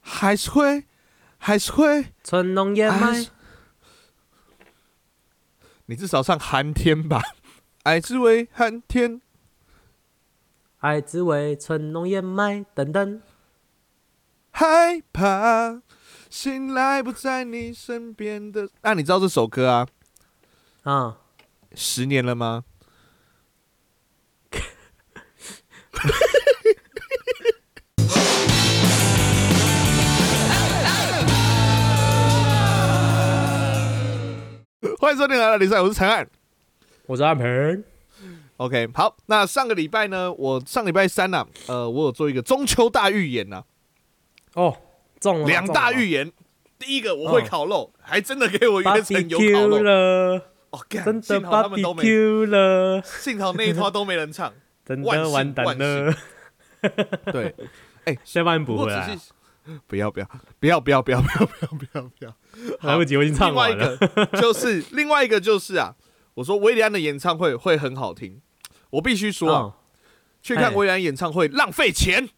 还吹，还吹，春浓燕哎麦，你至少上寒天吧， 矮之为寒天。爱滋味，春浓燕麦，等等。害怕，醒来不在你身边的。那、你知道这首歌啊，啊、十年了吗？ 欢迎收听《来了李赛》，我是陈汉。我是阿鹏。 OK，好，那上个礼拜呢，我上礼拜三呢、呃，我有做一个中秋大预言呐、啊哦，中了两大预言。第一个我会烤肉，还真的给我约成有烤 Q 肉。了，哦，干真的幸好他们都没， BBQ 了，幸好那一套都没人唱。真万的幸完蛋了。 对，哎先帮你补不过回仔来啊，细，不要不要不要不要不要不要不要不要不要。好来不及，我已经唱另外一完了。个就是另外一个就是啊，我说维里安的演唱会会很好听，我必须说啊，哦去看嘿维里安演唱会浪费钱，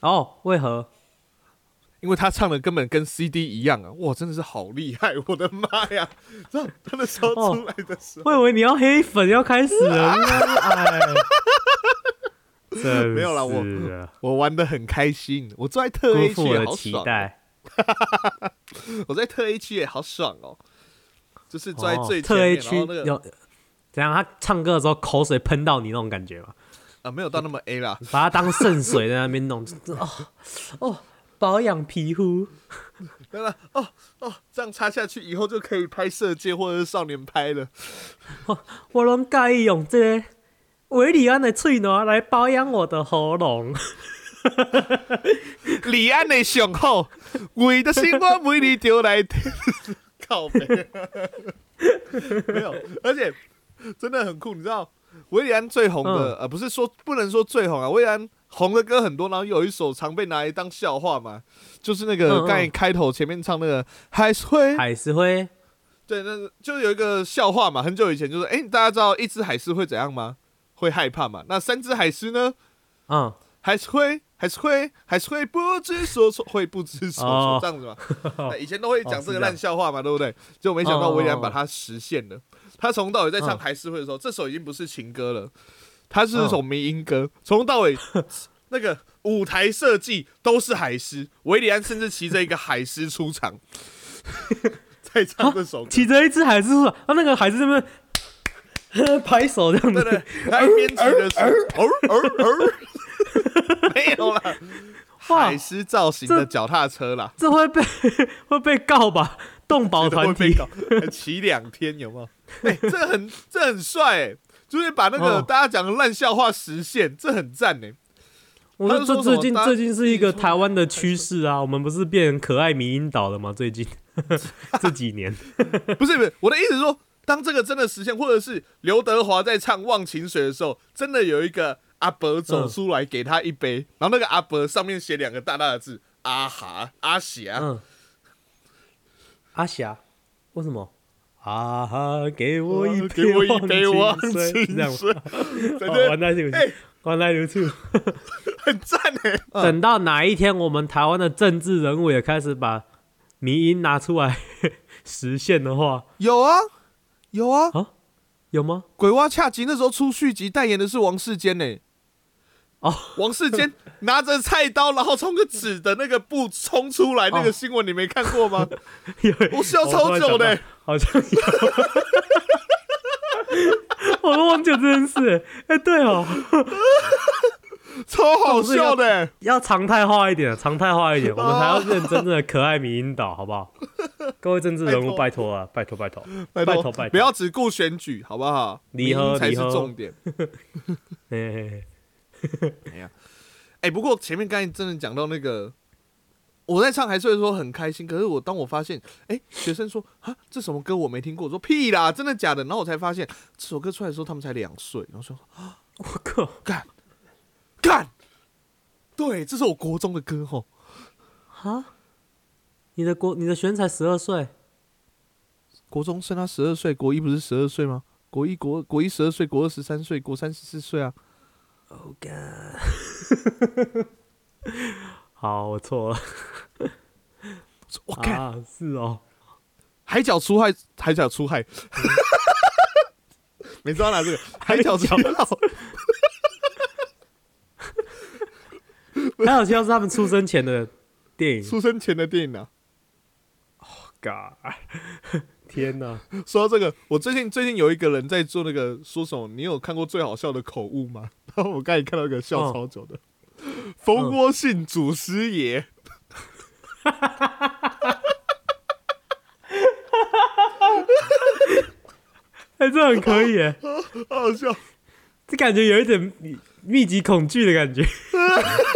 哦，为何？因为他唱的根本跟 CD 一样啊！哇，真的是好厉害，我的妈呀！ 那他那时候哦出来的时候。我以为你要黑粉要开始 了，哎，真啊没有啦我是的我玩的很开心，我坐在特哦辜 A 区负我也的好期爽，待。我在特 A 区也好爽哦，就是坐在哦最前特 A 面，区然后那个有怎样？他唱歌的时候口水喷到你那种感觉吗？啊没有到那么 A 啦，把它当圣水在那边弄，哦哦，保养皮肤。对吧？哦哦，这样插下去以后就可以拍射界或者是少年拍了。我拢介意用这个维里安的喙暖来保养我的喉咙。李安的雄厚，为的心我每你丢来听， 靠背， 没有，而且真的很酷，你知道，维里安最红的，呃，不是说不能说最红啊，维里安红的歌很多，然后有一首常被拿来当笑话嘛，就是那个嗯嗯刚才开头前面唱那个还是会，海是会对，那个就有一个笑话嘛，很久以前就是，哎、大家知道一只海狮会怎样吗？会害怕嘛？那三只海狮呢？嗯，还是会，还是会，还是会不知所 措，会不知所措哦，这样 子嘛。那以前都会讲这个烂笑话嘛，对不对？结果没想到哦威廉把它实现了。他从到尾在唱嗯还是会的时候，这首已经不是情歌了，它是一首迷音歌。嗯从头到 尾，那个舞台设计都是海狮，维里安甚至骑着一个海狮出 场，在唱这首歌。骑着一只海狮出来，啊，那个海狮在那边 拍手这样对子。 对，他一边骑的是，哦哦哦，没有啦， 哇海狮造型的脚踏车 啦。这会被会被告吧？动保团会被体搞，还骑两天有没有？哎、这很这很帅哎、就是把那个哦大家讲的烂笑话实现，这很赞哎、我他说是说这什么最近搭最近是一个技术台湾的趋势啊，我们不是变可爱迷音岛了吗？最近 这几年，不是不是，我的意思是说，当这个真的实现，或者是刘德华在唱《忘情水》的时候，真的有一个阿伯嗯走出来给他一杯，然后那个阿伯上面写两个大大的字“阿哈阿霞”，嗯，阿霞，为什么？啊哈，给我一啊给我一杯杯忘情水，这样吗水，真哦，的完蛋，这个哎完蛋如初。很赞哎、等到哪一天，我们台湾的政治人物也开始把迷音拿出来实现的话，有啊有啊，有吗？鬼蛙恰吉那时候出续集代言的是王世坚呢、哦，王世 坚拿着菜刀，然后从个纸的那个布冲出来，那个哦新闻你没看过 吗？有，我笑超久的、我突然想到好像有， 我都忘记了这件事。哎、对哦，超好笑的、欸。要常态化一点，常态化 一点，我们才要认真的可爱迷音岛，好不好？各位政治人物，拜拜托啊，拜托拜托，拜托托拜托，不要只顾选举，好不好？离合民意才是离合重点。嘿嘿嘿哎、不过前面刚才真的讲到那个，我在唱还是会说很开心，可是我当我发现，哎、学生说啊，这什么歌我没听过，我说屁啦，真的假的？然后我才发现这首歌出来的时候他们才两岁，然后说我靠，干干，对，这是我国中的歌吼。哈，你的国，你的学生才十二岁，国中生他啊十二岁，国一不是十二岁吗？国一国国一十二岁，国二十三岁，国三十四岁啊！好，我错了，我看、啊，是哦，海角出海，海角出海， 每次要拿这个海角出海角海，还有像是他们出生前的电影。 出生前的电影啊。 God，天 哪！说到这个，我最近最近有一个人在做那个说什么，你有看过最好笑的口误吗？ 然后我刚才看到一个笑超久的，蜂窝性祖师爷，哎、这很可以耶，好好笑。这感觉有一点密集恐惧的 感觉。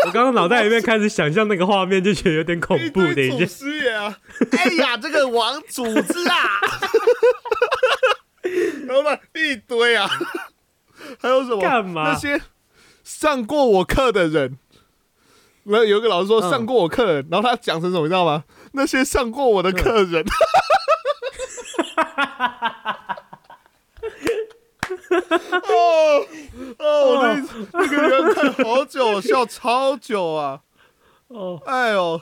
我刚刚脑袋里面开始想象那个画面，就觉得有点恐怖。等一一堆祖下，师爷啊！哎呀，这个王组织 啊，然后呢一堆啊，还有什么？干嘛那些上过我课的人，然后有一个老师说嗯上过我课的人，然后他讲成什么，你知道吗？那些上过我的客人，嗯 哦哦，我那一那个人看好久，我笑超久啊！哦，哎呦，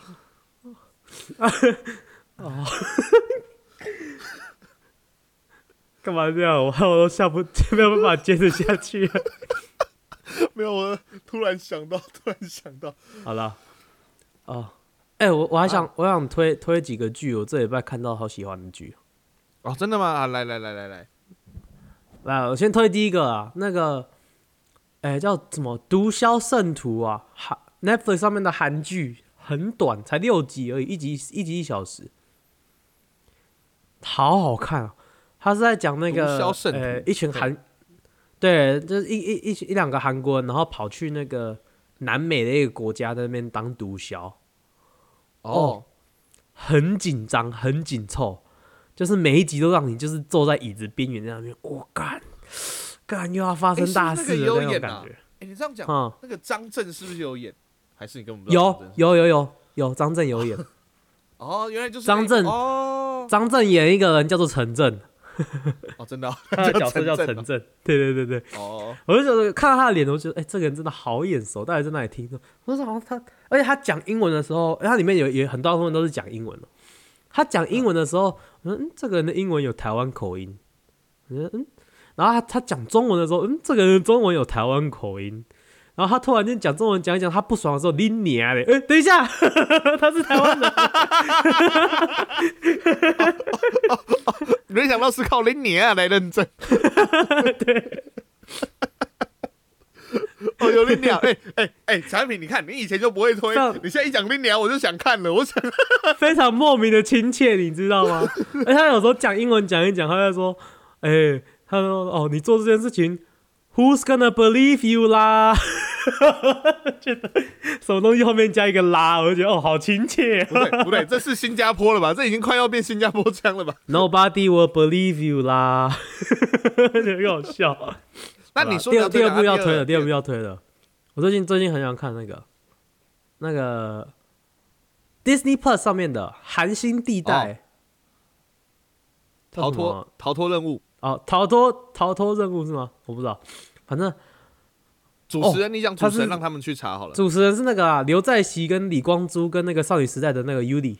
干嘛这样？我我都下不 没有办法接着下去 了。没有，我突然想到，突然想到，好了，哦，哎、我我还想、我想推推几个剧，我这礼拜看到好喜欢的剧。哦，真的吗？啊，来来来来来，来，我先推第一个啊，那个，哎、叫什么《毒枭圣徒》啊，韩 Netflix 上面的韩剧，很短，才六集而已，一集一集一小时，好好看啊！他是在讲那个毒枭圣徒呃一群韩，对，就是一一一群一两个韩国人，然后跑去那个南美的一个国家，在那边当毒枭。哦，很紧张，很紧凑，就是每一集都让你就是坐在椅子边缘在那边，我干干又要发生大诶是事不是那的个那有种演感啊觉。哎，你这样讲，嗯，那个张震是不是有演？还是你根本不知道张有震？有有有有张震有演，哦，原来就是张那个震哦张震演一个人叫做陈震，哦，真的哦 他的角色 叫陈陈震震。对对对对，哦，我就觉得看到他的脸，我就觉得哎、这个人真的好眼熟，到底在哪里听的？我说好像他，而且他讲英文的时候，哎他里面有也很大部分都是讲英文的。他讲英文的时候，我说嗯，这个人的英文有台湾口音，我觉得嗯，然后他他讲中文的时候，嗯，这个人的中文有台湾口音。然后他突然间讲中文讲一讲，他不爽的时候，你娘嘞！哎，等一下，他是台湾人，没想到是靠林年啊来认 证。 对。哦，有林鸟，哎哎哎，产品，你看你以前就不会推上，你现在一讲林啊鸟，我就想看了，我 想非常莫名的亲切，你知道 吗？而且他有时候讲英文讲一讲，他就说，哎、他说哦，你做这件事情，Who's gonna believe you 啦？ 觉得什么东西后面加一个啦，我就觉得哦，好亲切不对不对，这是新加坡了吧？这已经快要变新加坡腔了吧？ ，Nobody will believe you 啦， 很好笑。那你说啊第你推二第二哪部要个啊推了，第二部要推了。我最近最近很想看那个那个 Disney Plus 上面的《寒星地带》逃叫什么啊脱哦逃脱任务，哦，逃脱逃脱任务是吗？我不知道，反正主持人，你讲主哦他持人，是让他们去查好了。主持人是那个啊，刘在熙跟李光洙跟那个少女时代的那个 Yuli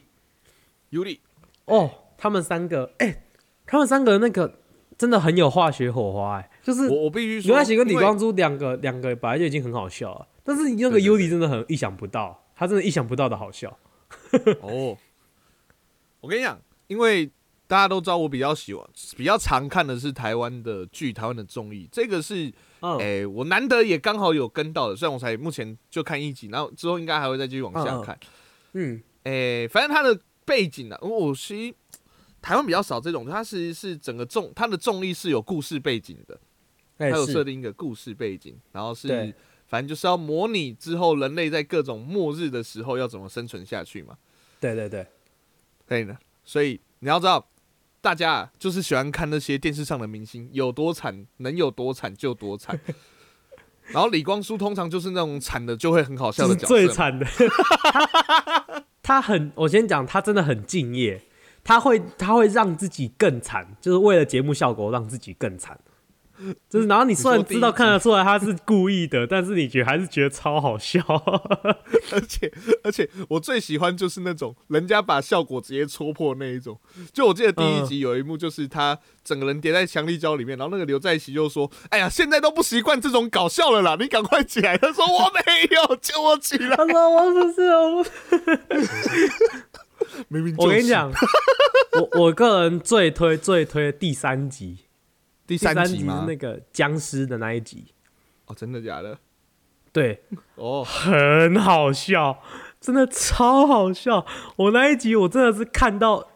尤里，哦，他们三个，哎、他们三个那个真的很有化学火花、哎，就是我我必须说，刘在熙跟李因为光洙两个两个本来就已经很好笑了，但是那个对对 Yuli 真的很意想不到，他真的意想不到的好笑，哦，我跟你讲，因为大家都知道我比较喜欢、比较常看的是台湾的剧、台湾的综艺，这个是嗯，哎、我难得也刚好有跟到的，虽然我才目前就看一集，然后之后应该还会再继续往下嗯嗯看。嗯，哎、反正它的背景呢、啊，我其实台湾比较少这种，它其实是整个综它的综艺是有故事背景的，哎、它有设是，定一个故事背景，然后是对反正就是要模拟之后人类在各种末日的时候要怎么生存下去嘛。对对对，可以的。所以你要知道，大家啊就是喜欢看那些电视上的明星有多惨，能有多惨就多惨。 然后李光洙通常就是那种惨的就会很好笑的这是角色，最惨的。 他很，我先讲，他真的很敬业，他会他会让自己更惨，就是为了节目效果让自己更惨。就是然后你虽然你说第一知道集看得出来他是故 意的，但是你觉得还是觉得超好笑。而且而且我最喜欢就是那种人家把效果直接戳破那一种。就我记得第一集有一幕，就是他整个人跌在强力胶里面，然后那个刘在熙就说：“哎呀，现在都不习惯这种搞笑了啦，你赶快起来。”他说：“我没有，救我起来他说我不是我不是，！”明 明就是我跟你，讲，我我个人最推最推第三集，第第三集集是吗？那个僵尸的那一集，哦，真的假的？对，哦，很好笑，真的超好笑。我那一集我真的是看到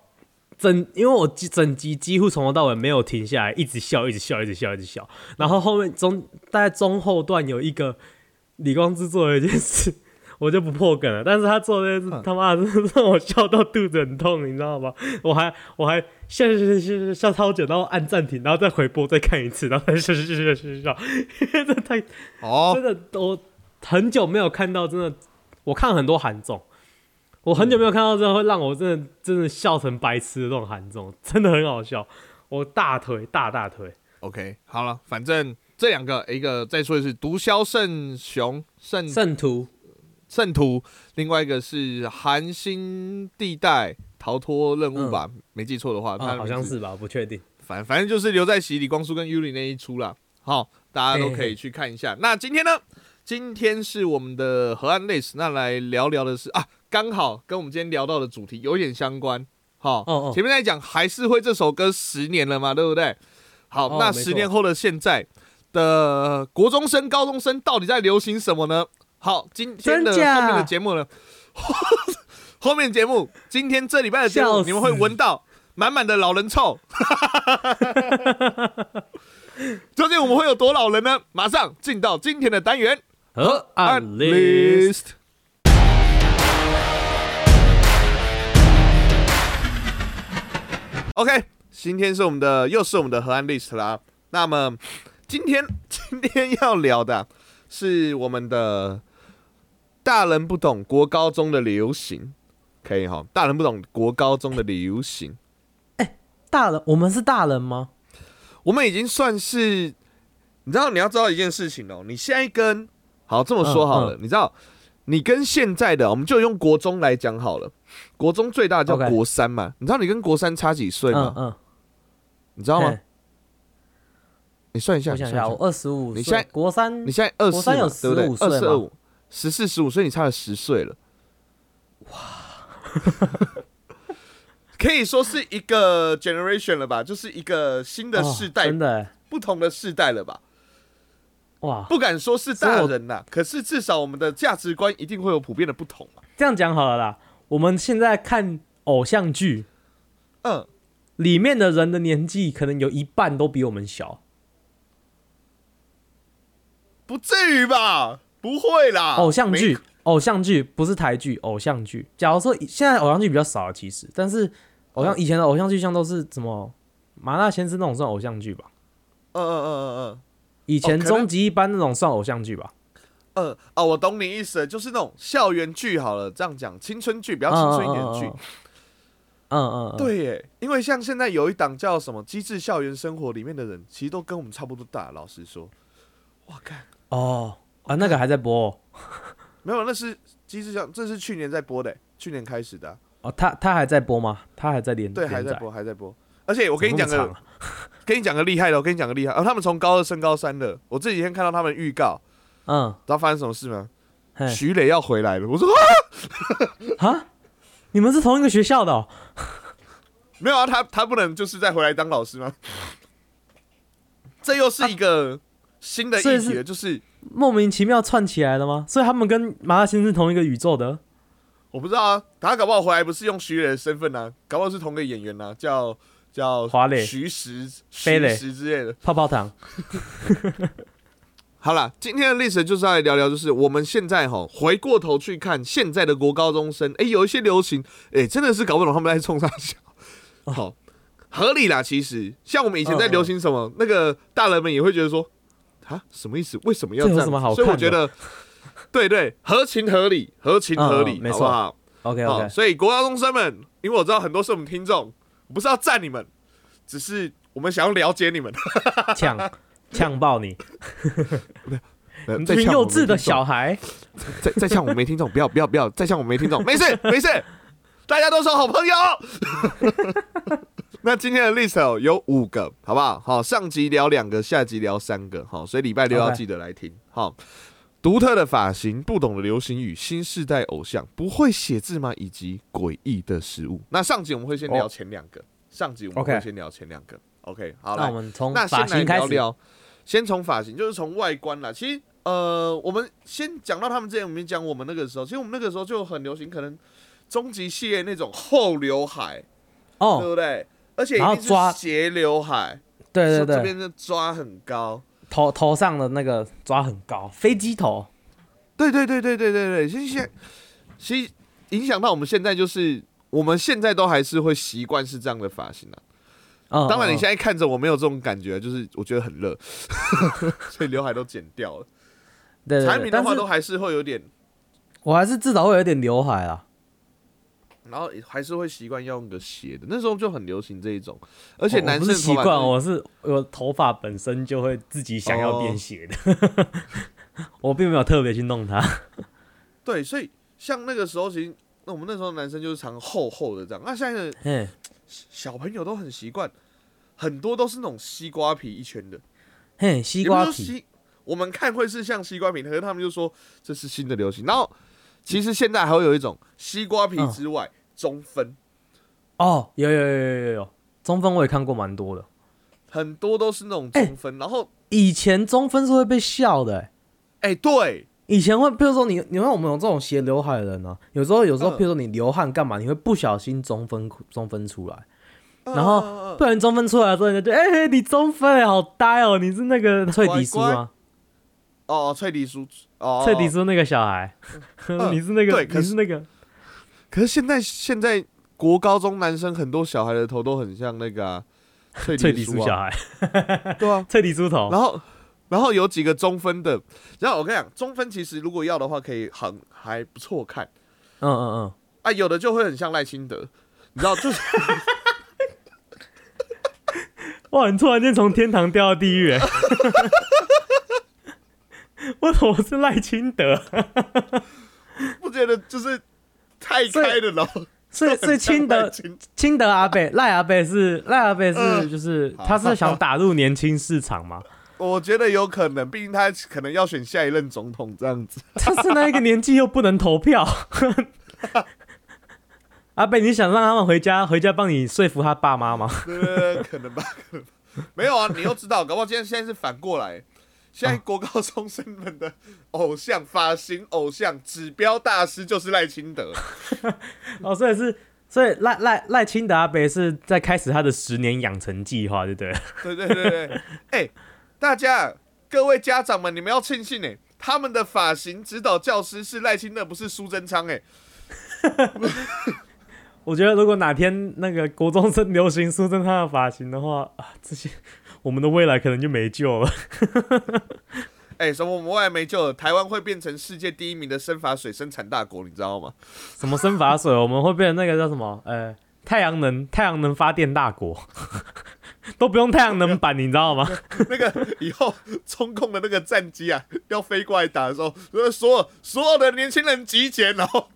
整，因为我几整集几乎从头到尾没有停下来，一直笑，一直笑，一直笑，一直笑。然后后面中大概中后段有一个李光洙做了一件事，我就不破梗了。但是他做的那件事嗯，他妈的让我笑到肚子很痛，你知道吗？我还我还笑笑笑笑笑笑超久，然后按暂停，然后再回播再看一次，然后再笑笑笑笑笑笑，这太哦，真的，我很久没有看到，真的，我看很多韩综，我很久没有看到真的会让我真的真的笑成白痴的这种韩综，真的很好笑。我大腿大大腿， OK，好了，反正这两个，一个再说一次，毒枭圣雄圣圣徒圣徒，另外一个是寒星地带逃脱任务吧，没记错的话，他嗯啊，好像，是吧？我不确定。反反正就是留在洗李光洙跟 Yuri 那一出啦。好，大家都可以去看一下。那今天呢？今天是我们的河岸 list，那来聊聊的是啊，刚好跟我们今天聊到的主题有一点相关。好，哦哦前面在讲还是会这首歌十年了嘛，对不对？好，哦那没错十年后的现在的国中生、高中生到底在流行什么呢？好，今天的真假后面的节目呢？后面节目，今天这礼拜的节目，笑死你们会闻到满满的老人 臭。 究竟我们会有多老人呢？马上进到今天的单元和啊案 list， list。OK，今天是我们的又是我们的河岸 list 啦。那么今天 今天要聊的是我们的大人不懂国高中的流行，可以哈？大人不懂国高中的流行，大人，我们是大人吗？我们已经算是，你知道你要知道一件事情哦，你现在跟好这么嗯说好了，你知道你跟现在的，我们就用国中来讲好了，国中最大叫 OK 国三嘛你知道你跟国三差几岁吗嗯？嗯，你知道吗嘿？你算一下，我你想算一一下下，我，二十五你现在岁，国三你，现在二国四三有对不对？ 15岁二吗四二五，十四十五岁，你差了十岁了，哇！ 可以说是一个 generation 了吧，就是一个新的哦世代，真的耶不同的世代了吧。哇！ 不敢说是大人啦，可是至少我们的价值观一定会有普遍的不同嘛。这样讲好了啦，我们现在看偶像剧嗯，里面的人的年纪，可能有一半都比我们小。不至于吧？不会啦，偶像没剧，偶像剧不是台剧，偶像剧。假如说以现在偶像剧比较少了，其实，但是偶像以前的偶像剧像都是什么麻辣鲜师那种算偶像剧吧？嗯嗯嗯以前可能终极一班那种算偶像剧吧？嗯嗯嗯，哦，我懂你意思了，就是那种校园剧好了，这样讲青春剧比较青春一点啊的剧。嗯嗯，嗯，嗯对耶，因为像现在有一档叫什么《机智校园生活》里面的人，其实都跟我们差不多大。老实说，哇，看哦啊，那个还在播哦没有，那是机智校，这是去年在播的耶，去年开始的啊、哦，他他还在播吗？他还在连对，还连在载播，还在播。而且我我跟你讲个个，跟你讲个厉害的，我跟你讲个厉害啊！他们从高二升高三的，我这几天看到他们预告，嗯，知道发生什么事吗？嘿徐磊要回来了。我说、啊、啊，你们是同一个学校的哦？没有啊，他他不能就是再回来当老师吗？ 这又是一个新的议啊所以题了，是就是莫名其妙串起来了吗？所以他们跟麻辣鲜师同一个宇宙的？我不知道啊，他搞不好回来不是用徐磊的身份啊，搞不好是同个演员啊，叫叫华磊徐石、飞徐磊石之类的。泡泡糖，好啦，今天的历史就是要来聊聊，就是我们现在哈回过头去看现在的国高中生，哎、有一些流行，哎、真的是搞不懂他们在冲啥笑。好，合理啦，其实像我们以前在流行什么，那个大人们也会觉得说，啊，什么意思？为什么要这这有样？什么好 所以我看觉的得，对对，合情合理，合情合理，嗯嗯没好错不好？ OK 好， OK，所以国高中生们，因为我知道很多是我们 听众，我不是要赞你们，只是我们想要了解你们。抢呛爆你，呃你再这群呛我嗯幼没听稚的众小孩，再再像我没听众，不要不要不要，再像我没听众，没事没事，大家都是好朋友。 那今天的 list 哦有五个，好不好？好，上集聊两个，下集聊三个，好，所以礼拜六要 OK 记得来听。好，独特的发型，不懂的流行语，新世代偶像，不会写字吗？以及诡异的食物。那上集我们会先聊哦前两个，上集我们会 OK 先聊前两个。OK，好，那来我们从那发先来型开聊始。聊，先从发型，就是从外观啦。其实呃，我们先讲到他们之前，我们讲我们那个时候，其实我们那个时候就很流行，可能终极系列那种后刘海，对哦，不对？而且一然后定是抓斜刘海，对对这对，边的抓很高。头头上的那个抓很高，飞机头。对对对对对对对，其实现其实影响到我们现在就是。我们现在都还是会习惯是这样的发型啊，嗯，当然你嗯现在看着我没有这种感觉，就是我觉得很热， 所以刘海都剪掉了。对对产对，品但的话是都还是会有点我还是至少会有点刘海啦。然后还是会习惯要用个斜的，那时候就很流行这一种，而且我男我生不的是习头发惯，就是我是我头发本身就会自己想要变斜的，哦 我并没有特别去弄它。对，所以像那个时候，其实那我们那时候男生就是常厚厚的这样，那现在的嘿，小朋友都很习惯，很多都是那种西瓜皮一圈的，嘿，西也不是瓜说皮，西，我们看会是像西瓜皮，可是他们就说这是新的流行，然后其实现在还会有一种西瓜皮嗯之外、中分，哦，有有有有有有，中分我也看过蛮多的。很多都是那种哎中分，然后以前中分是会被笑的、欸，哎、对，以前会，比如说你，你看我们有这种斜刘海的人呢、有时候有时候，嗯譬如说你流汗干嘛，你会不小心中分中分出来，然嗯嗯嗯后不然中分出来之后，人家就哎、你中分、欸、好呆哦、你是那个 脆底叔吗？哦，脆皮酥，哦，脆底叔那个小孩，嗯 你是那个，对可你是是那个，可是现在现在国高中男生很多小孩的头都很像那个、啊、 脆脆皮底叔酥小啊，孩， 对啊。脆底叔头。然后然后有几个中分的，然后我跟你讲，中分其实如果要的话，可以很还不错看嗯嗯啊。有的就会很像赖清德，你知道，就是 嗯，哇！你突然间从天堂掉到地 狱、欸， 为什么是赖 清德？不觉得就是太所以开了然后所以所以清德清德阿贝赖阿贝是赖阿贝是嗯就是他是想打入年轻市场 嘛？我觉得有可能，毕竟他可能要选下一任总统这样子。但是那一个年纪又不能投票。 阿贝，你想让他们回家回家帮你说服他爸妈吗？呃，可能吧， 可能吧。没有啊，你又知道，搞不好今天现在是反过来，现在国高中生们的偶像发型、偶像指标大师就是赖清德。 哦，所以是所以赖赖赖清德阿贝是在开始他的十年养成计划，对不对？对对对对，对哎、大家各位家长们，你们要庆幸哎、他们的发型指导教师是赖清德，不是苏贞昌哎、我觉得如果哪天那个国中生流行苏贞昌的发型的话啊，这些我们的未来可能就没救了。哎、什么我们未来没救了，台湾会变成世界第一名的生发水生产大国，你知道吗？什么生发水，我们会变成那个叫什么？呃，太阳能太阳能发电大国， 都不用太阳能板，你知道吗？ 那个以后中共的那个战机啊，要飞过来打的时候，呃所有所有的年轻人集结，然后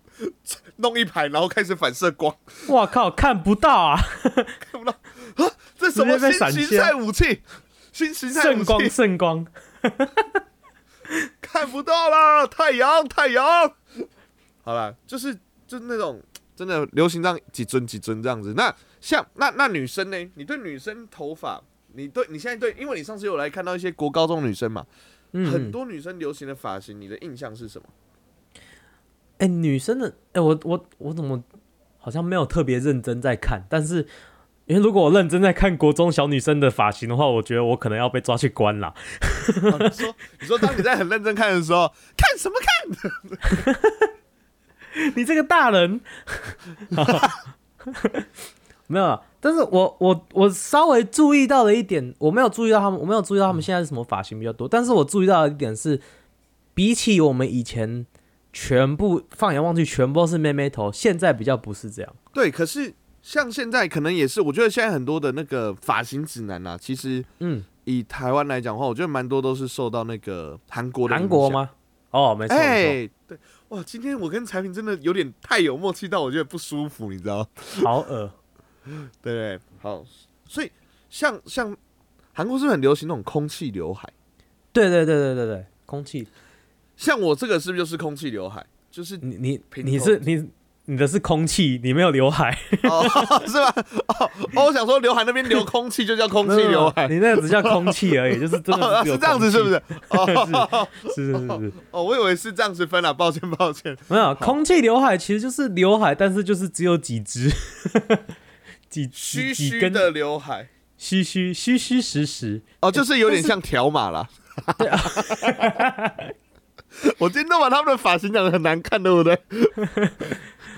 弄一排，然后开始反射光，哇靠，看不到啊！这什么直新接被闪现形态武器？新形态武圣光器圣光，看不到啦，太阳太阳。好啦，就是就那种真的流行这样几尊几尊这样子。那像那那女生呢？你对女生头发，你对你现在对，因为你上次有来看到一些国高中女生嘛，很嗯，多女生流行的发型，你的印象是什么？哎、女生的，哎、我我我怎么好像没有特别认真在看，但是。因为如果我认真在看国中小女生的发型的话，我觉得我可能要被抓去关了。 哦你说，你说，当你在很认真看的时候， 看什么看？你这个大人， 没有啊，但是我我我稍微注意到了一点，我没有注意到他们，我没有注意到他嗯们现在是什么发型比较多，但是我注意到的一点是，比起我们以前全部放眼望去全部都是妹妹头，现在比较不是这样。对，可是像现在可能也是，我觉得现在很多的那个发型指南啊，其实嗯，以台湾来讲的话，我觉得蛮多都是受到那个韩国的韩影国响？吗？哦，没错，没哎，对，哇，今天我跟柴平真的有点太有默契到我觉得不舒服，你知道？错，好恶，对对，好，所以像像韩国是不是很流行那种空气刘海？对对对对对对，空气，像我这个是不是就是空气刘海？ 就是你你平你头是你你的是空气，你没有刘海，哦， 是吧？哦哦，我想说刘海那边留空气就叫空气刘 海，你那个只叫空气而已，就是真的哦，只 有是这样子是不是？哦空气？ 是是是是是，哦，我以为是这样子分了，抱歉抱歉。没有空气刘海其实就是刘海，但是就是只有几只， 几虚几几虚根的刘海，虚虚虚虚实实，哦，就是有点像条码啦。 我今天都把他们的发型讲的很难看，对不 对？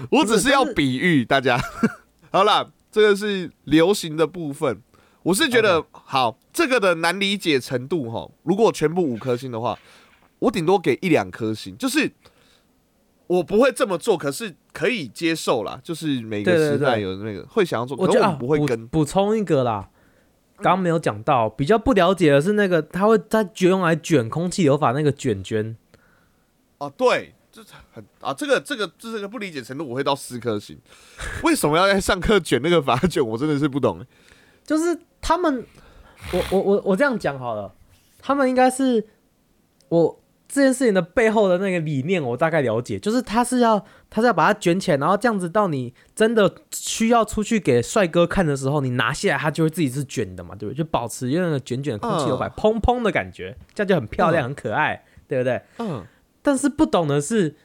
我只是要比喻大家。 好啦，这个是流行的部分，我是觉得好，这个的难理解程度哈，如果全部五颗星的话，我顶多给一两颗星，就是我不会这么做，可是可以接受啦。就是每个对对时代对有那个会想要做，我可是觉我得啊们，不会补跟补充一个啦，刚刚没有讲到，比较不了解的是那个它会它用来卷空气流法那个卷卷，哦，对，这很啊，这个这个这个不理解程度，我会到四颗星。为什么要在上课卷那个发卷？我真的是不懂。欸就是他们，我我我我这样讲好了，他们应该是我这件事情的背后的那个理念，我大概了解，就是他是要他是要把它卷起来，然后这样子到你真的需要出去给帅哥看的时候，你拿下来，它就会自己是卷的嘛，对不对？就保持那个卷卷的空气流摆，砰砰的感觉，这样就很漂亮，嗯很可爱，对不对？嗯，但是不懂的是，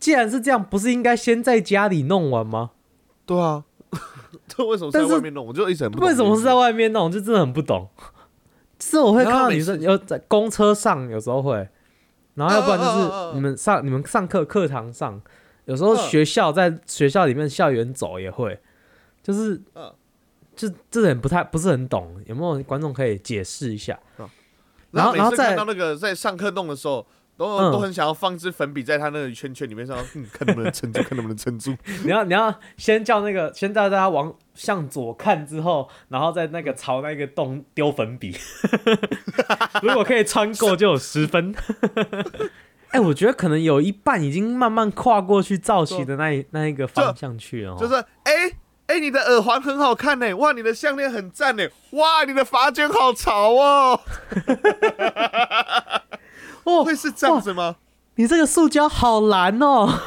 既然是这样，不是应该先在家里弄完吗？对啊， 这为什么是但在是外面弄？我就一直很不懂为什么是在这件事外面弄？就真的很不懂。是我会看然后到每女次生有在公车上，有时候会，然后要不然嗯嗯嗯嗯就是嗯你们上你们上课课堂上，有时候嗯学校在学校里面校园走也会，就是嗯就这点不太不是很懂，有没有观众可以解释一下？然然后然后每次看再到那个在上课弄的时候。都、嗯都很想要放支粉笔在他那个圈圈里面，上嗯，看能不能撑住，看能不能 撑住。你要你要先叫那个先叫大家往向左看之后，然后再那个朝那个洞丢粉笔， 如果可以穿过就有十分。 哎、我觉得可能有一半已经慢慢跨过去造型的那一那一个方向去了哦，就是哎哎、你的耳环很好看呢、哇，你的项链很赞呢、哇，你的发卷好潮哦，哦，会是这样子吗？你这个塑胶好蓝哦，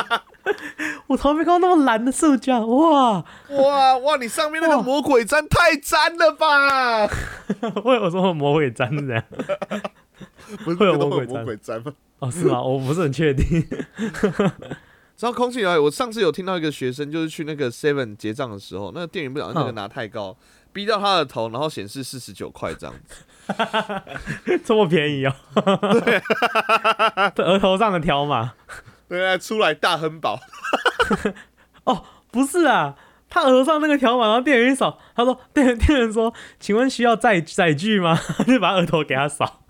我从来没看过那么蓝的塑胶，哇！哇哇，你上面那个哇魔鬼毡太粘了吧！会有什么魔鬼毡是这样？不是会有那个都魔鬼魔毡鬼毡吗？哦，是吗？我不是很确定。知道空气疗愈，我上次有听到一个学生，就是去那个 Seven 结账的时候，那个店员不小心那个嗯拿太高，逼到他的头，然后显示四十九块这样子。这么便宜哦、 对，额头上的条码对啊，出来大亨堡，不是啊，他额头上那个条码，然后店员一扫，他说店员店员说，请问需要载载具吗？ 就把额头给他扫，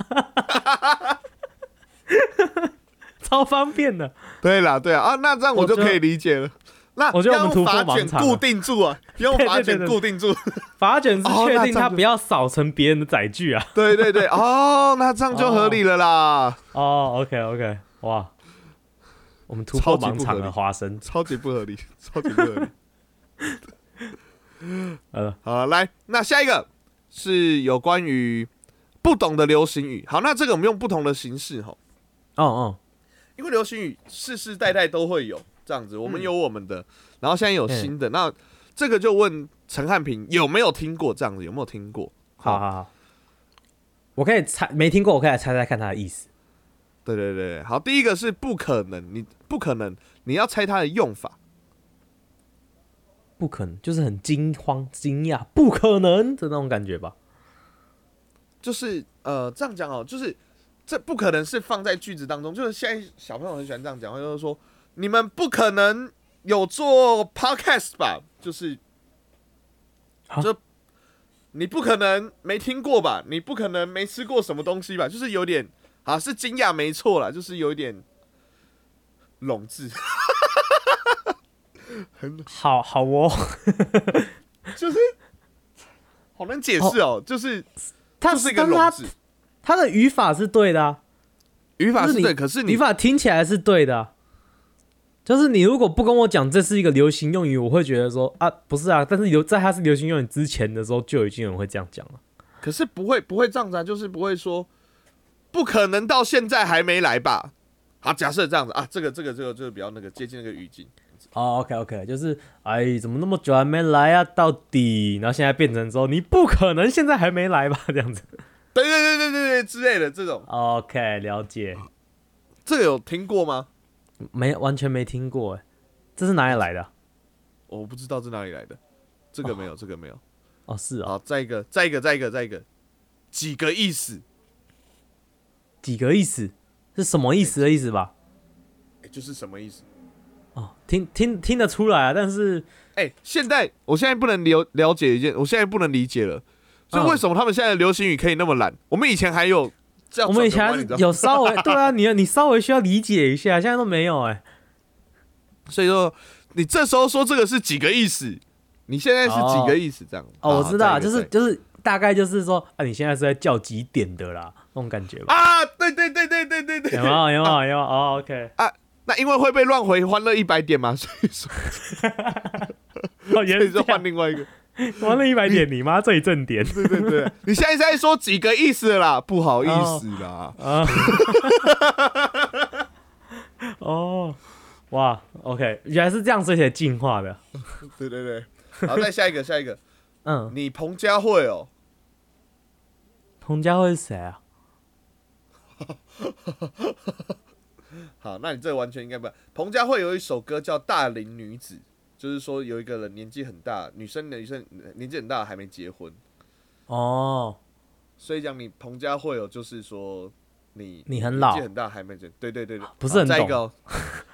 超方便的。对啦，对啊，啊，那这样我就我觉得可以理解了。那我觉得我要们用突破法卷盲场啊固定住啊，要用对对法卷对对固定住。法卷是哦那确这定样他就不要扫成别人的载具啊。对对对，哦，那这样就合理了啦， 哦，OK OK，哇，我们突超破级不盲场合理的花生，超级不合理， 超级不合理。好了，好，来，那下一个是有关于不懂的流行语。好，那这个我们用不同的形式哈。哦哦，因为流行语世世代代都会有这样子，我们有我们的，然后现在有新的。那这个就问陈汉平有没有听过这样子，有没有听过？好好好，我可以猜没听过，我可以来猜猜看他的意思。对对对，对好，第一个是不可能，你不可能，你要猜它的用法。不可能，就是很惊慌、惊讶，不可能的那种感觉吧？就是呃，这样讲哦，就是这不可能是放在句子当中，就是现在小朋友很喜欢这样讲话，就是说你们不可能有做 podcast 吧？就是啊就你不可能没听过吧？你不可能没吃过什么东西吧？就是有点啊，是惊讶没错啦，就是有点笼字， 好好 哦，就是好难解释哦，就是他就是一个但笼是子。他的语法是对的、啊，语法就是是你对，可是语你法听起来是对的啊、就是你如果不跟我讲这是一个流行用语，我会觉得说啊，不是啊。但是流在它是流行用语之前的时候，就已经有人会这样讲了。可是不会不会这样子啊，就是不会说不可能到现在还没来吧？好，假设这样子啊，这个这个这个就是比较那个接近那个语境。哦、o k OK，就是哎，怎么那么久还没来啊？到底，然后现在变成说你不可能现在还没来吧？这 样子。对对对对对对之类的这种， OK，了解，这个有听过吗？没完全没听过哎，这是哪里来的啊？哦我不知道是哪里来的，这个没有，这个没有。哦，是啊、好，再一个，再一个，再一个，再一个，几个意思？几个意思？是什么意思的意思吧？诶哎就是什么意思？哦，听听听得出来啊，但是哎、现在我现在不能了了解一件，我现在不能理解了，就嗯为什么他们现在的流行语可以那么懒？我们以前还有这样我转个弯，们以前你知道吗有稍微对啊，你你稍微需要理解一下，现在都没 有啊哎、所以说你这时候说这个是几个意思？你现在是几个意思？这样哦，我知道，好就再一是个就是大概就是说啊，你现在是在叫几点的啦，那种感 觉吧。啊，对对对对对对有对没， 有？有没有？有没有？哦，OK，那因为会被乱回欢乐一百点嘛， 所以说 哦，原所来以是这说样换另 外一个，完了一百点，你妈最 正点对对对，你现在是在说几个意思了啦？不好意思 啦，啊！哦，哇，OK，原来是这样，所以才进化的。对对对，好，再下一个下一个，嗯，你彭佳慧哦，彭佳慧是谁啊？好，那你这完全应该不。彭佳慧有一首歌叫《大龄女子》，就是说有一个人年纪很大，女生女生年纪很大还没结婚，哦，所以讲你彭佳慧哦，就是说你你很老啊年纪很大还没结，对对对对，不是很好再一懂个、哦，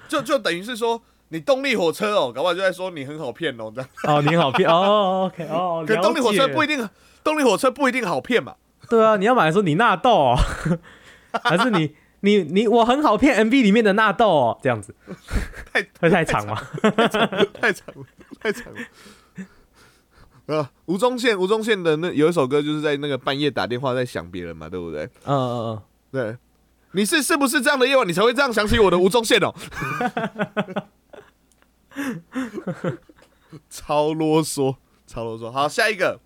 就就等于是说你动力火车哦，搞不好就在说你很好骗哦，这样。哦，你好 骗哦，OK，哦，可了是动力火车解不一定，动力火车不一定好骗 嘛。对啊，你要买说你纳豆、哦， 还是你你你我很好骗 MV 里面的纳豆哦，这样子太会太长吗？太长了，太长了。啊，吴宗宪，吴宗宪的那有一首歌就是在那个半夜打电话在想别人嘛，对不对？嗯嗯对，你是是不是这样的夜晚，你才会这样想起我的吴宗宪 哦？超啰嗦，超啰嗦。好，下一个，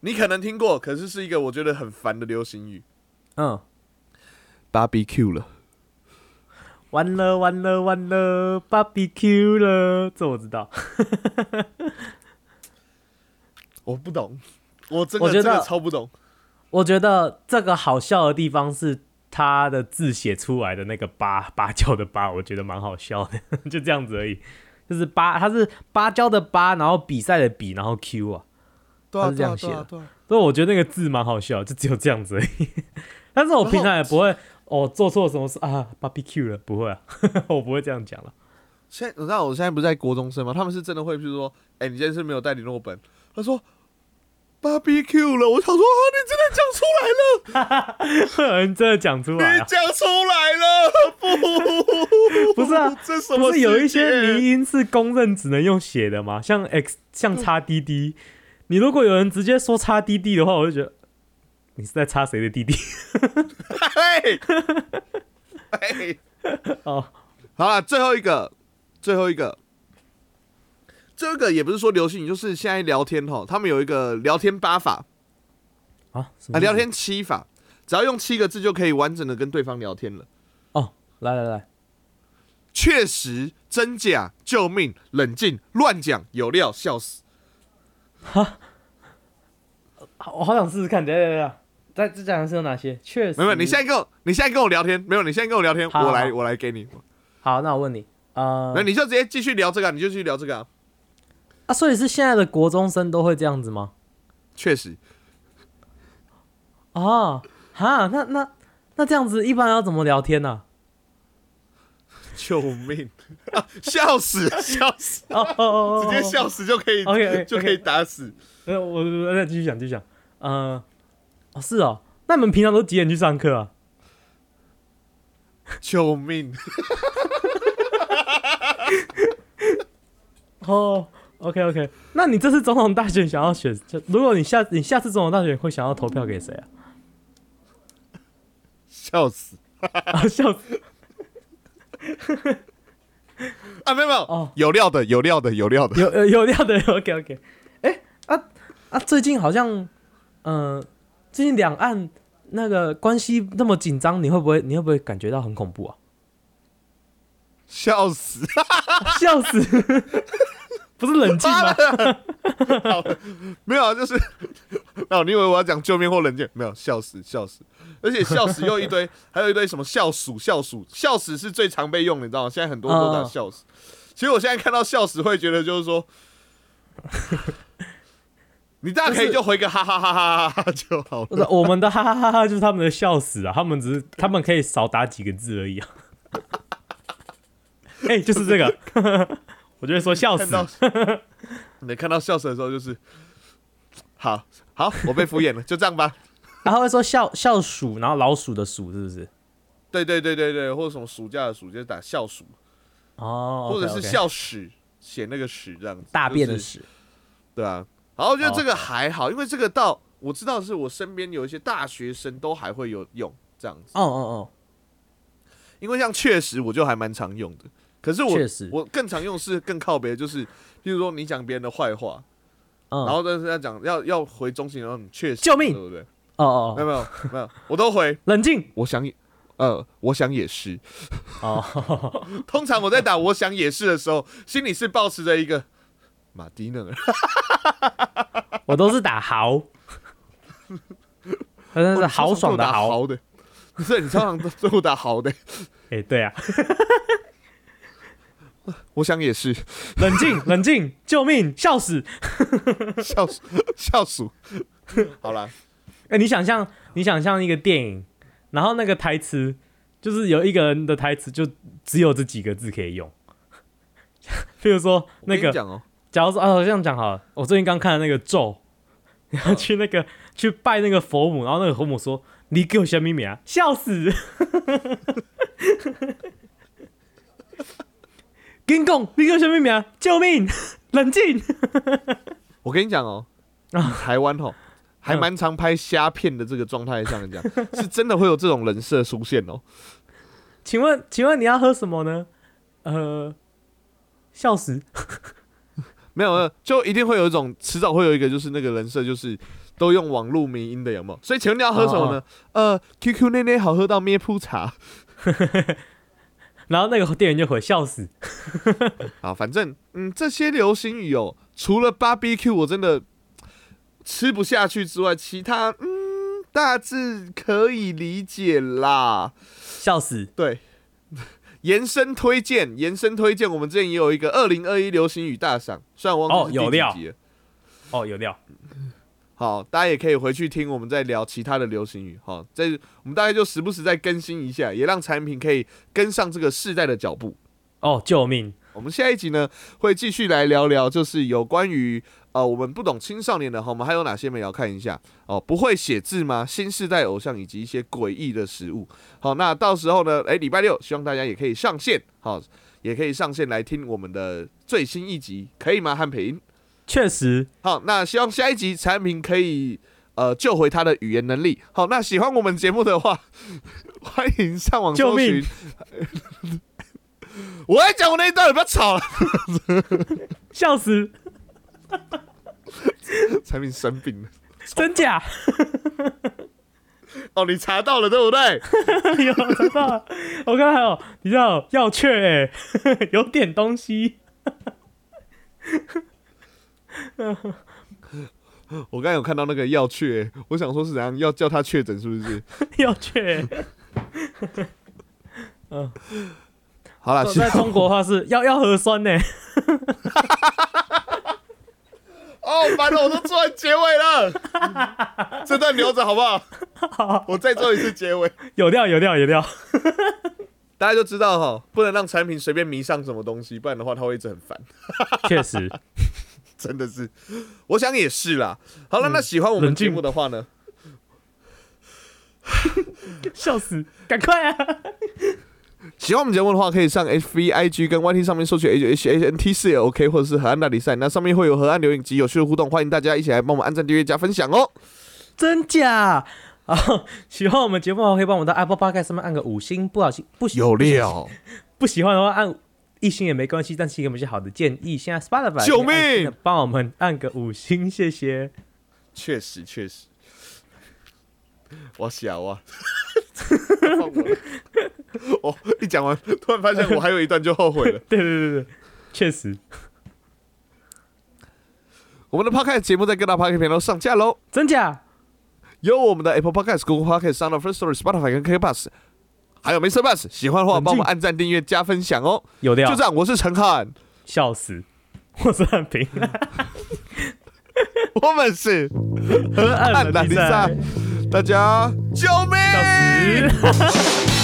你可能听过，可是是一个我觉得很烦的流行语嗯，barbecue 了。嗯，完了完了完了，BBQ 了，这我知道。我不懂，我真我的觉得真的超不懂。我觉得这个好笑的地方是他的字写出来的那个芭芭蕉的芭，我觉得蛮好笑的， 就这样子而已。就是芭，它是芭蕉的芭，然后比赛的比，然后 Q 啊，对啊，他是这对啊，样对写啊的，对啊。所以我觉得那个字蛮好笑，就只有这样子而已。 但是我平常也不会哦做错什么事啊，barbecue 了，不会啊， 我不会这样讲了。 现在你知道我现在不是在国中生吗？他们是真的会，譬如说，哎、你今天是没有带联络本，他说 barbecue 了，我想说啊，你真的讲出来了。会有人真的讲出来你啊？讲出来了，不， 不是啊这什么不世界？是有一些迷音是公认只能用写的吗？像 X 像嗯叉 D D，你如果有人直接说叉 D D 的话，我就觉得你是在插谁的弟 弟？嘿，嘿， 哦，好了，最后一个，最后一个，这个也不是说流行语，就是现在聊天哈，他们有一个聊天八法啊，什啊，么意思聊天七法，只要用七个字就可以完整的跟对方聊天了。哦，来来来，确实，真假，救命，冷静，乱讲，有料，笑死。好我好想试试看，等一下等一下等一下，再再讲的是有哪些？确实，没有，你现在跟我，你现在跟我聊天，没有，你现在跟我聊天，好我来，好我来给你。好，那我问你，呃那，你就直接继续聊这个啊，你就继续聊这个啊。啊，所以是现在的国中生都会这样子吗？确实，哦，哈，那那那这样子一般要怎么聊天呢、救命！ 啊笑死，笑死，哦哦哦， 直接笑死就可以 OK，OK，OK 就可以打死。呃，我我再继续讲，继续讲。嗯、哦，是哦。那你们平常都几点去上课啊？救命！哦，OK OK。那你这次总统大选想要选，就如果你下你下次总统大选会想要投票给谁啊？笑死啊， 笑死！啊！没有没有，哦有料的有料的有料的，有有有料的，OK OK。哎、啊啊，最近好像，嗯、最近两岸那个关系那么紧张，你会不会你会不会感觉到很恐怖啊？笑死！笑死！ 不是冷静吗？好没有啊，就是，哦，你以为我要讲救命或冷静？没有，笑死笑死，而且笑死又一堆，还有一堆什么笑鼠笑鼠，笑死是最常被用的，你知道吗？现在很多都打嗯笑死。其实我现在看到笑死会觉得就是说，你大可以就回个哈哈哈哈哈哈就好不了。是我们的哈哈哈哈就是他们的笑死啊，他们只是他们可以少打几个字而已啊。 哎、就是这个， 我就会说笑看死。到 你看到笑死的时候，就是好好，我被敷衍了，就这样吧。然后会说笑笑鼠，然后老鼠的鼠是不是？对对对对对，或者什么暑假的暑，就是打笑鼠，哦，或者 OK，OK 是笑屎，写那个屎这样子，大便的就是屎。对啊，然后我觉得哦这个还好，因为这个到我知道是我身边有一些大学生都还会有用这样子，哦哦因为像确实我就还蛮常用的。可是我确实我更常用是更靠别的，就是譬如说你讲别人的坏话，哦，嗯，然后但是要讲要要回中心，然后你确实救命对不对？哦没有哦，哦没有没有，我都回。冷静我想也，呃，我想也是。哦， 通常我在打我想也是的时候，心里是保持着一个马丁呢，我都是 打豪，哦但是豪爽的打豪，豪的， 不是你通常都都打豪的。哎、对啊，我想也是，冷静冷静，救命，笑死！笑死笑死。 好啦，哎、你想象，你想象一个电影，然后那个台词，就是有一个人的台词，就只有这几个字可以用。 譬如说我那跟你个，讲哦，假如说啊，我这样讲好了，我最近刚看的那个咒，然后去那个、去拜那个佛母，然后那个佛母说：“你给我小米米啊，笑死！” 跟你讲，你给我小米米啊，救命！冷静！我跟你讲哦，啊台湾哦，还嗯蛮常拍虾片的这个状态下来讲，是真的会有这种人设出现哦。请问，请问你要喝什么呢？呃，笑死！没有，没有就一定会有一种，迟早会有一个，就是那个人设，就是都用网络迷音的，有没有？所以请问你要喝什么呢？哦呃，QQ 内内好喝到咩铺茶然后那个店员就回笑死，啊，反正嗯，这些流行语哦，除了 BBQ 我真的吃不下去之外，其他嗯大致可以理解啦。笑死，对，延伸推荐，延伸推荐，我们之前也有一个二零二一流行语大赏，虽然我忘哦记是有第几料集了哦，有料，好，大家也可以回去听我们在聊其他的流行语。好，在我们大概就时不时再更新一下，也让产品可以跟上这个世代的脚步。哦，救命，我们下一集呢，会继续来聊聊，就是有关于呃我们不懂青少年的哈，我们还有哪些没聊看一下哦？不会写字吗？新世代偶像以及一些诡异的食物。好，那到时候呢，诶，礼拜六希望大家也可以上线，好，也可以上线来听我们的最新一集，可以吗？汉平。确实，好，那希望下一集产品可以呃救回他的语言能力。好，那喜欢我们节目的话， 欢迎上网救搜命寻。 我在讲我那一段，不要吵了。笑死，产品生病了，真假？ 哦，你查到了对不对？有知道了，我刚才还有，你知道要确、欸， 有点东西， 我刚才有看到那个要确、我想说是怎样要叫他确诊是不是？要确、欸。嗯，好啦，希在望中国话是要要核酸欸呢、哦，完了，我都做完结尾了，这段留着好不好？我再做一次结尾， 有料有料有料，大家就知道哈，不能让产品随便迷上什么东西，不然的话他会一直很烦。 确实，真的是，我想也是啦。好了，那喜欢我们冷静节目的话呢，笑死，赶快啊！喜欢我们节目的话，可以上 H V I G 跟 Y T 上面搜取 H H H N T 四 L O K，或者是河岸大比赛，那上面会有河岸留影及有趣的互动，欢迎大家一起来帮我们按赞、订阅、加分享哦。 真假？然后喜欢我们节目的话，可以帮我们到 Apple Podcast 上面按个五星，不好心不喜有料，不喜欢的话按一星也没关系，但是给我们一些好的建议。现在 Spotify 救命可以按星的帮我们按个五星，谢谢。确实确实。我小啊， 我一讲完，突然发现我还有一段就后悔 了。 对对对对，确实，我们的 Podcast 节目在各大 Podcast 平台都上架喽，真假？有我们的 Apple Podcast、Google Podcast、Sound of First Story、Spotify 跟 K Bus，还有 Mr. Bus。喜欢的话，冷静帮我们按赞、订阅、加分享哦。有的就这样，我是陈汉，笑死，我是 很平，我们是河岸 汉的南比丽莎赛，，大家救命！笑死。